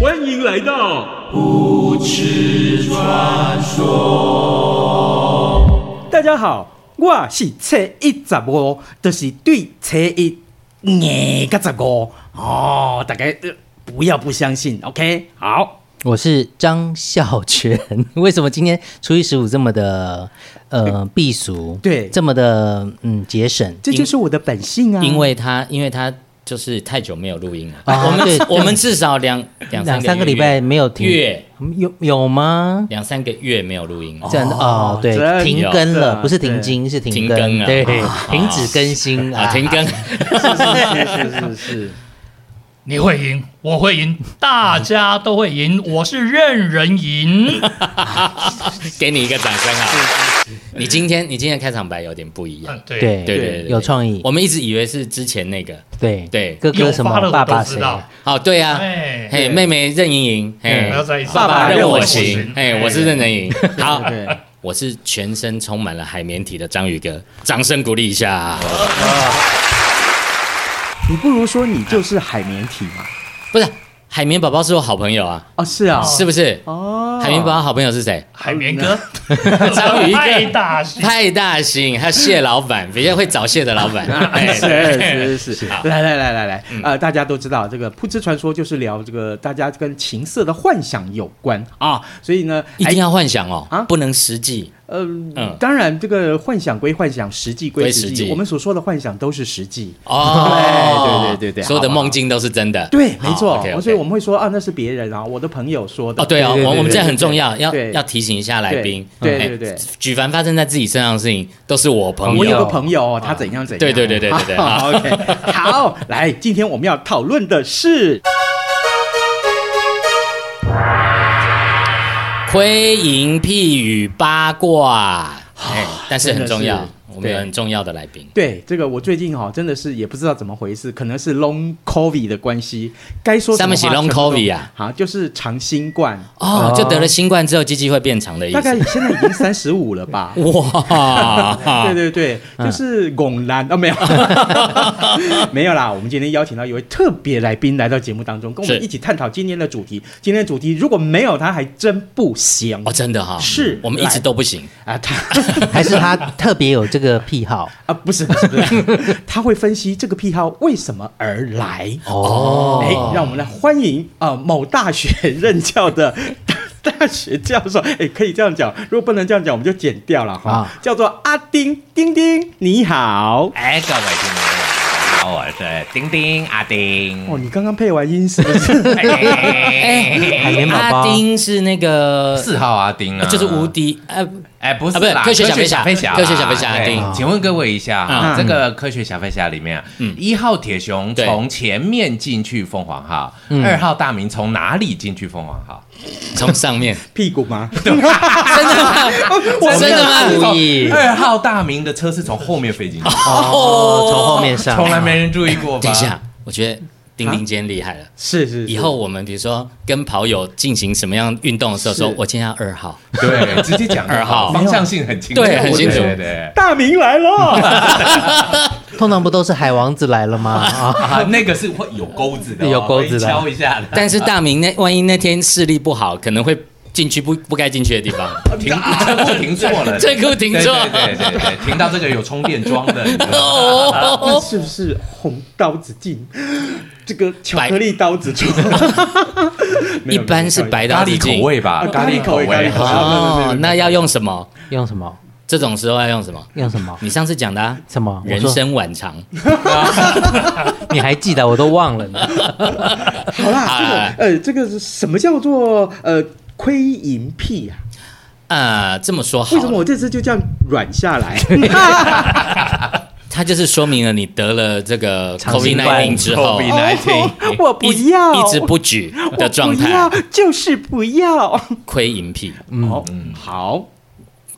欢迎来到大家好，我是初一十五，就是对初一廿个十五哦，大家、呃、不要不相信，OK？好，我是张孝全。 为什么今天初一十五这么的呃避俗？对这么的嗯节省。这就是我的本性啊。因为他因为他就是太久没有录音了，啊我们对我们至少两两两三个礼拜没有停，月嗯有有吗？两三个月没有录音了，这样的哦，对这，样停更这了，样不是停经，是停停更，更啊对，啊停止更新啊，停。更，是是，你会赢，我会赢，大家都会赢，我是任人赢。 给你一个掌声啊！你今天你今天开场白有点不一样嗯，，对，对对对对对有创意我们一直以为是之前那个，对对哥哥有什发的么我爸爸都知谁？道哦，对啊，哎嘿，妹妹任盈盈，嘿嗯不要在意，爸爸任我行，哎哎，我是任人盈。好对，我是全身充满了海绵体的章鱼哥，掌声鼓励一下。啊你不如说你就是海绵体嘛。不是海绵宝宝是我好朋友啊，哦，是啊，是不是？哦，海绵宝宝好朋友是谁？海绵 哥，章鱼哥太大哦型，派大星，还有谢老板，比较会找谢的 老板。哎啊嗯是是是，来来来来来，呃，大家都知道这个噗嗤传说就是聊这个大家跟情色的幻想有关哦啊，所以呢，一定要幻想哦啊，不能实际。呃，嗯当然这个幻想归幻想，实际归归实实际，际我们所说的幻想都是实际。哦，对对对对对所有的梦境都是真的。对，没错， o k 啊哦所以我们会说啊，那是别人啊，我的朋友说的。哦，对哦，我我们这很重要，要对要提醒一下来宾。对哎对对对，举凡发生在自己身上的事情，都是我朋我有友。啊个朋友，他怎样怎样。对对对对 对对好好 OK，好，来，今天我们要讨论的是窥淫辟语八卦，哎，但是很重要哦真的是，我们有对很重要的来宾。对，这个我最近哈、真的是也不知道怎么回事，可能是 long covid 的关系，该说什么话什么是 long 全部都 covid 啊？好，就是长新冠，哦，就得了新冠之后，鸡鸡会变长的意呃大概思。现在已经三十五了 吧？哇，对对对，嗯就是拱男啊，没有， 没有啦。我们今天邀请到一位特别来宾来到节目当中，跟我们是一起探讨今天的主题。今天的主题如果没有他，还真不行哦，真的哈，是我们一直都不行。啊。他还是他特别有这个癖好？啊，不是不是不 是，他会分析这个癖好为什么而来。哦哎，让我们来欢迎啊、呃某大学任教的 大大学教授，哎，可以这样讲，如果不能这样讲，我们就剪掉了哈。啊叫做阿丁丁丁，你好。哎，各位听众朋友，大家好，我是丁丁阿丁。哦，你刚刚配完音是不是？哎哎哎海绵宝阿宝，丁是那个四号阿丁啊，哦就是无。敌，呃，哎，不是啊不是啦，科学小飞飞侠飞侠啦，科学小飞侠阿哎丁请问各位一下嗯啊，这个科学小飞侠里面啊，一号铁熊嗯对嗯从前面进去凤凰号，二号大明从哪里进去凤凰号？从上面，屁股吗？ 真的吗？我真的吗？故意二号大明的车是从后面飞进去，哦，从后面上，从来没人注意过吧？等一下，我觉得丁丁今天厉害了。啊是是是以后我们比如说跟跑友进行什么样运动的时候，是啊说我今天要二号，对，直接讲二号方向性很清楚，对很清楚对 对。大明来了，通常不都是海王子来了吗？啊，啊，那个是会有钩子的哦，有钩子的会敲一下的。但是大明那万一那天视力不好，可能会进啊去不不该进去的地 方。停车库停错了，车库停错对对对对对，停到这个有充电桩的，你知道吗那哦，是不是红刀子进？这个巧克力刀 子出，没一有般是白咖刀喱进口味吧啊，咖咖喱喱口口味味咖喱口味哈。哦，那要用什么？用什么？这种时候要用什么？用什么？你上次讲的、啊、什么？人我说生晚长，你还记得？我都忘 了呢。好啦，哎这个呃，这个是什么叫做呃亏盈癖啊？呃，这么说好为什么了，我这次就这样软下来？它就是说明了你得了这个 长新 COVID 冠 nineteen 之后， COVID-19 来听 我不哎一要，一直不举的状我不态，要，就是不要。亏盈屁。好，好，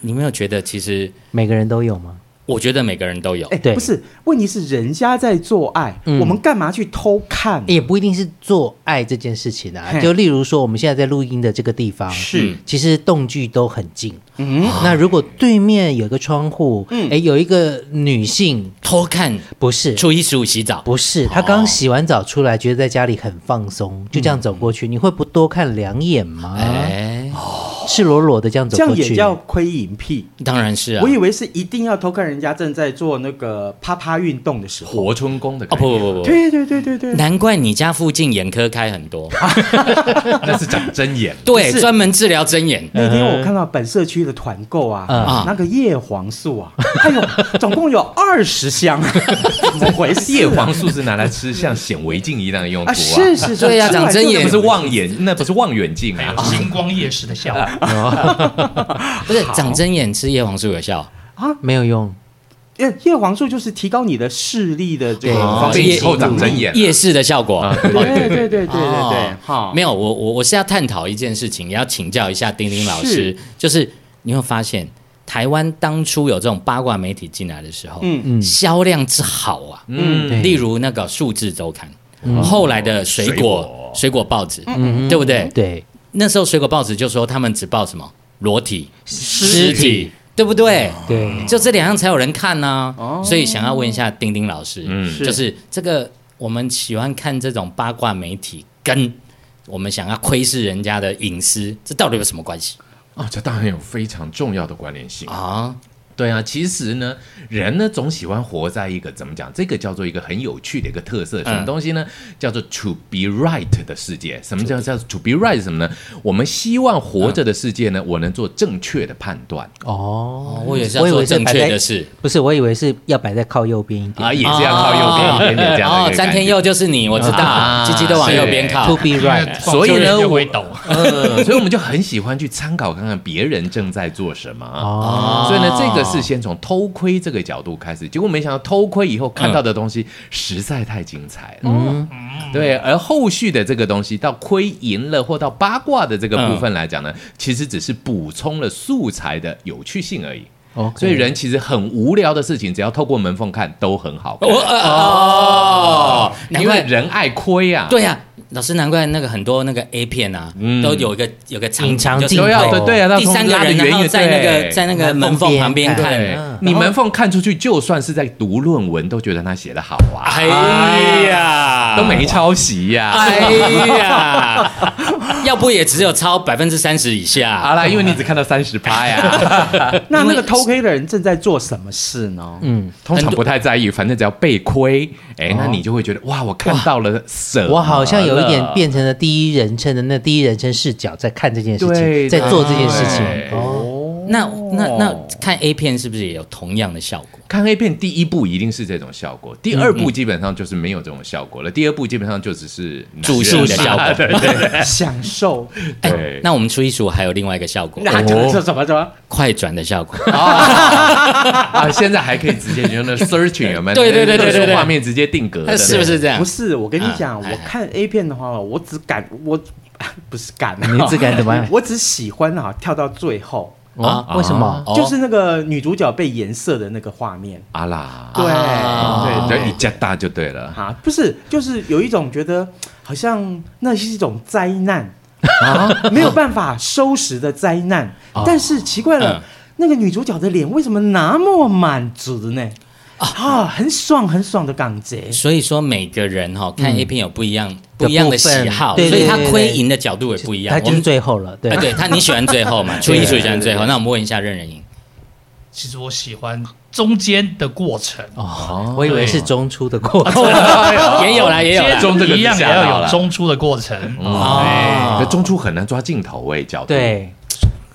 你没有觉得？其实每个人都有吗？我觉得每个人都有哎，，对不是，问题是人家在做爱，嗯我们干嘛去偷看？嗯也不一定是做爱这件事情啊，嘿就例如说我们现在在录音的这个地方，是嗯其实动距都很近。嗯，那如果对面有一个窗户，嗯哎，有一个女性，偷看不是。初一十五洗澡，不是，她刚洗完澡出来，觉得在家里很放松，就这样走过去，你会不多看两眼吗？啊哎，赤裸裸的这样走这样过也去，叫窥淫癖？当然是啊我。以为是一定要偷看人家正在做那个啪啪运动的时候。活春宫的哦感觉不不不不，对对对对对，难怪你家附近眼科开很 多，那是长针眼，对，专门治疗针眼。那天我看到本社区的团购啊，嗯那个叶黄素啊， 哎呦，总共有二十箱，啊怎么回事啊？叶黄素是拿来吃像显微镜一样的用途啊，啊。是是，是对呀长针那眼不是望远，那不是望远镜哎啊！星光夜市的笑话，不是长针眼吃叶黄素有效，没有用。叶哎叶黄素就是提高你的视力的这个方所式。以以后长针啊眼夜视的效果。对对对对对对对哦，哈，没有，我我我是要探讨一件事情，也要请教一下丁丁老师是，就是你会发现，台湾当初有这种八卦媒体进来的时候，嗯嗯，销量之好啊，对嗯，例如那个《数字周刊》后来的水水果果水果报纸，对不对？对，那时候水果报纸就说他们只报什么裸体、尸体尸，对不对？对，就这两样才有人看呢、所以想要问一下丁丁老师，嗯是就是这个我们喜欢看这种八卦媒体，跟我们想要窥视人家的隐私，这到底有什么关系哦，这当然有非常重要的关联性啊？对啊，其实呢，人呢总喜欢活在一个怎么讲？这个叫做一个很有趣的一个特色，什么东西呢？叫做 to be right 的世界。什么叫叫 to be right？是什么呢？我们希望活着的世界呢，我能做正确的判断哦，我也是要我以做为是正摆确在的事。不是，我以为是要摆在靠右边一点。啊，也是要靠右边一点点这样的一哦，个詹感天觉佑就是你，我知道，啊鸡鸡都往右边靠 To。be right，所以呢就我会抖。呃，所以我们就很喜欢去参考看看别人正在做什么。哦所以呢，这个是先从偷窥这个角度开始，结果没想到偷窥以后看到的东西实在太精彩了。嗯，对，而后续的这个东西到亏赢了或到八卦的这个部分来讲呢，其实只是补充了素材的有趣性而已。哦，所以人其实很无聊的事情，只要透过门缝看都很好看我，哦，难因为怪人爱亏啊。对呀，老师难怪那个很多那个 A 片啊，都有一个有个隐藏就是镜都要对对啊，第三个拉的人，远然后远在那个在那个门缝旁边对看对，嗯你门缝看出去，就算是在读论文，都觉得他写的好啊，哎呀，都没抄袭呀、哎呀， 要不也只有超百分之三十以好下。啦，因为你只看到三 十趴呀，嗯那那个偷窥的人正在做什么事呢？嗯，通常不太在意，反正只要被亏，哦哎，那你就会觉得哇，我看到了什么我好像有一点了变成了第一人称的那第一人称视角，在看这件事情，对在做这件事对情。哦，那那那看 A 片是不是也有同样的效果？看 A 片第一部一定是这种效果，第二嗯部基本上就是没有这种效果了。第二部基本上就只是注视的效果 对对享 受，哎对那我们初一十五还有另外一个效果，那这什么什么？快转的 效果。啊！现在还可以直接用那 searching 有没有？ 对对对对对对特殊画面直接定格的，是不是这样不？是，我跟你讲，嗯我哎看 A 片的话，我只敢我 不是敢啊，你只敢怎么样 我只喜欢啊，跳到最后，啊，为什么？哦就是那个女主角被颜色的那个画面。啊啦？对啊对对，对一加大就对了啊，不是，就是有一种觉得好像那是一种灾难啊，没有办法收拾的灾难。但是奇怪了，哦嗯那个女主角的脸为什么那么满足呢？啊，很爽很爽的感觉。所以说每个人哈、看 A 片有不一样、不一嗯样的喜好，对对对所以他窥淫的角度也不一样。他就哎我是们最后了，对啊，，对他你喜欢最后 嘛？初一十五喜欢最后，那我们问一下任人莹，其实我喜欢中间的过 程，哦我以为是中出的过程。哦也有啦，也有啦。中这个一样也就吓到要有了嗯中出的过程。哦。哎那中出很难抓镜头哎，角度对，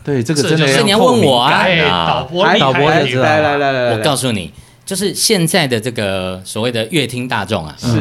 对，这个这真的就是所以你要透问明我啊感哎，导播还厉害哎导播就的来地知道方来来来来，我告诉你，就是现在的这个所谓的乐听大众啊，是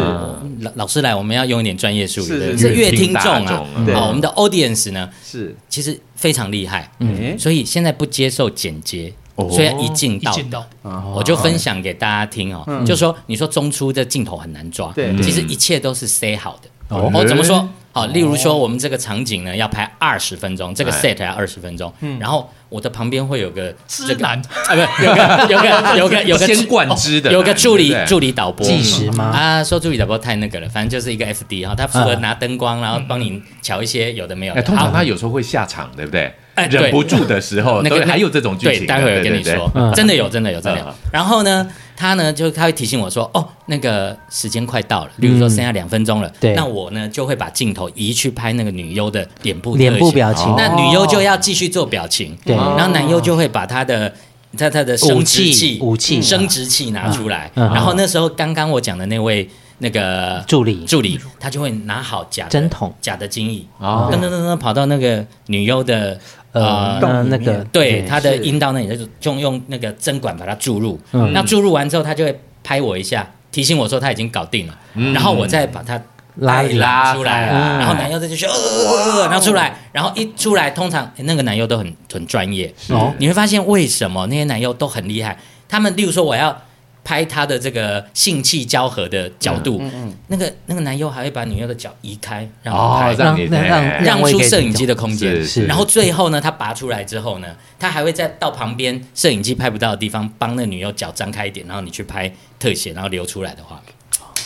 老老师来，我们要用一点专业术语，是对不是对是乐听众乐听大啊众嗯，对好，我们的 audience 呢，是，其实非常厉害，嗯，所以现在不接受剪接，哦所以要一镜一到进到哦我就分享给大家听哦，就说你说中出的镜头很难抓，对其实一切都是 say 好的。哦哦，怎么说？好，例如说我们这个场景呢要拍二十分钟，这个哎 set 要二十分钟，然后我的旁边会有个知男啊，不，有个有个有个有个先灌汁的，有个助理对不对助理导播计时吗啊啊，说助理导播太那个了，反正就是一个 FD 哈，他负责拿灯光，然后帮你瞧一些有的没有哎，的。通常好他有时候会下场，对不对？哎对忍不住的时候，那对个还有这种剧对，情的，待会儿跟你对对说对，真的有，真的有，真的有嗯。然后呢，他呢就他会提醒我说，哦，那个时间快到了，比如说剩下两分钟了，嗯对那我呢就会把镜头移去拍那个女优的脸部脸部特写表情那女优就要继续做表情，哦对然后男优就会把他的。他他的生殖器、武器武器生殖器拿出来，嗯嗯然后那时候刚刚我讲的那位那个助理助理，他就会拿好假的针筒假的精液，哦噔噔噔噔跑到那个女优的呃，那那个对他的是阴道那里，就是用用那个针管把它注入。嗯那注入完之后，他就会拍我一下，提醒我说他已经搞定了，然后我再把它嗯拉哦一拉拉出来，嗯然后男优再继续呃，然后出来，然后一出来，通常、诶那个男优都很很专业，哦你会发现为什么那些男优都很厉害？他们例如说我要。拍他的这个性器交合的角度，嗯那个那个男优还会把女优的脚移开，让我拍，哦让你让让让位出给摄影镜头机的空间是是。然后最后呢，他拔出来之后呢，他还会再到旁边摄影机拍不到的地方，帮那女优脚张开一点，然后你去拍特写，然后流出来的画面。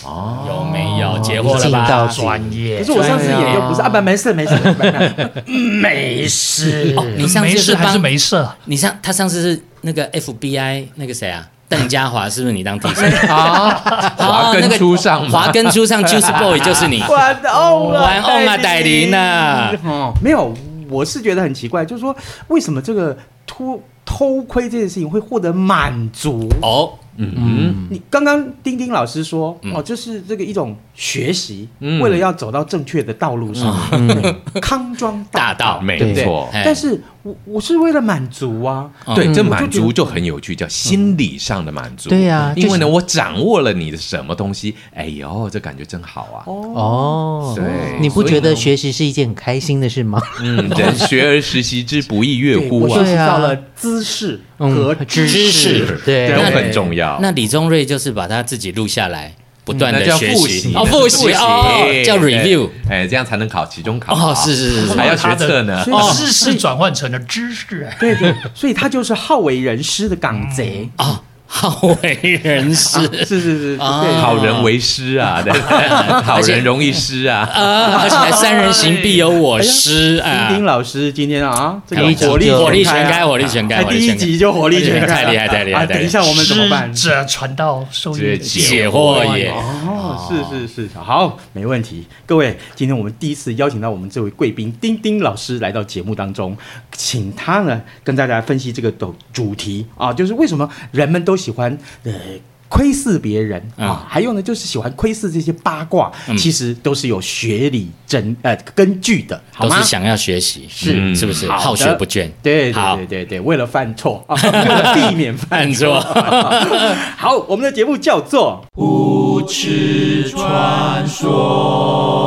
哦，有没有解惑了进到吧？专可业是我上次也又不是啊，不，没事没事，没事没事，哦，你上没次事是还是帮没事啊？你上他上次是那个 FBI 那个谁啊？邓家华是不是你当替 身？啊，哦华那根个初上嘛，华根初 上就是 boy 就是你，玩哦玩欧马戴琳呐。哦，没有，我是觉得很奇怪，就是说为什么这个偷偷窥这件事情会获得满足？哦，嗯你刚刚丁丁老师说，嗯哦，就是这个一种学习，嗯为了要走到正确的道路上，对康庄大大道嗯，，没对错，哎但是我我是为了满足啊，对，这嗯满足就很有趣，叫心理上的满足。嗯对呀因为就呢，是我掌握了你的什么东西，哎呦，这感觉真好啊！哦。对你不所以觉得呢学习是一件很开心的事吗？嗯，人学而时习之，不亦对乐乎我啊学！习到对啊了姿势和嗯，知识，识对都那很重要。那李宗瑞就是把他自己录下来，不断嗯那的叫学复习习哦，复习哦对，叫 review 哎，这样才能考期中考哦，啊是是是还是，要学测呢所。以哦知识转换成了知识，哎对对，所以他就是好为人师的港贼，哦，好为 人师。是是是，啊对，好人为师啊，对， 好人容易失啊。啊！而且还三人行必有我师啊！哎丁丁老师今天啊，这个哎火力火力全全开开，啊，火力全开，哎火力第一全开集就火力全开啊，太厉害太厉害啊太厉害等一下我们怎么办？知者传道授业这解惑也哦，是是是，好，没问题。各位，今天我们第一次邀请到我们这位贵宾丁丁老师来到节目当中，请他呢跟大家分析这个主主题啊，就是为什么人们都喜欢呃。窥视别人嗯啊，还有呢，就是喜欢窥视这些八卦，其实都是有学理真呃根据的，好都吗？是想要学习，嗯是是不是好的好学不倦？对对好对对对，为了犯 错，啊为了避免犯错。 好，我们的节目叫做《无耻传说》。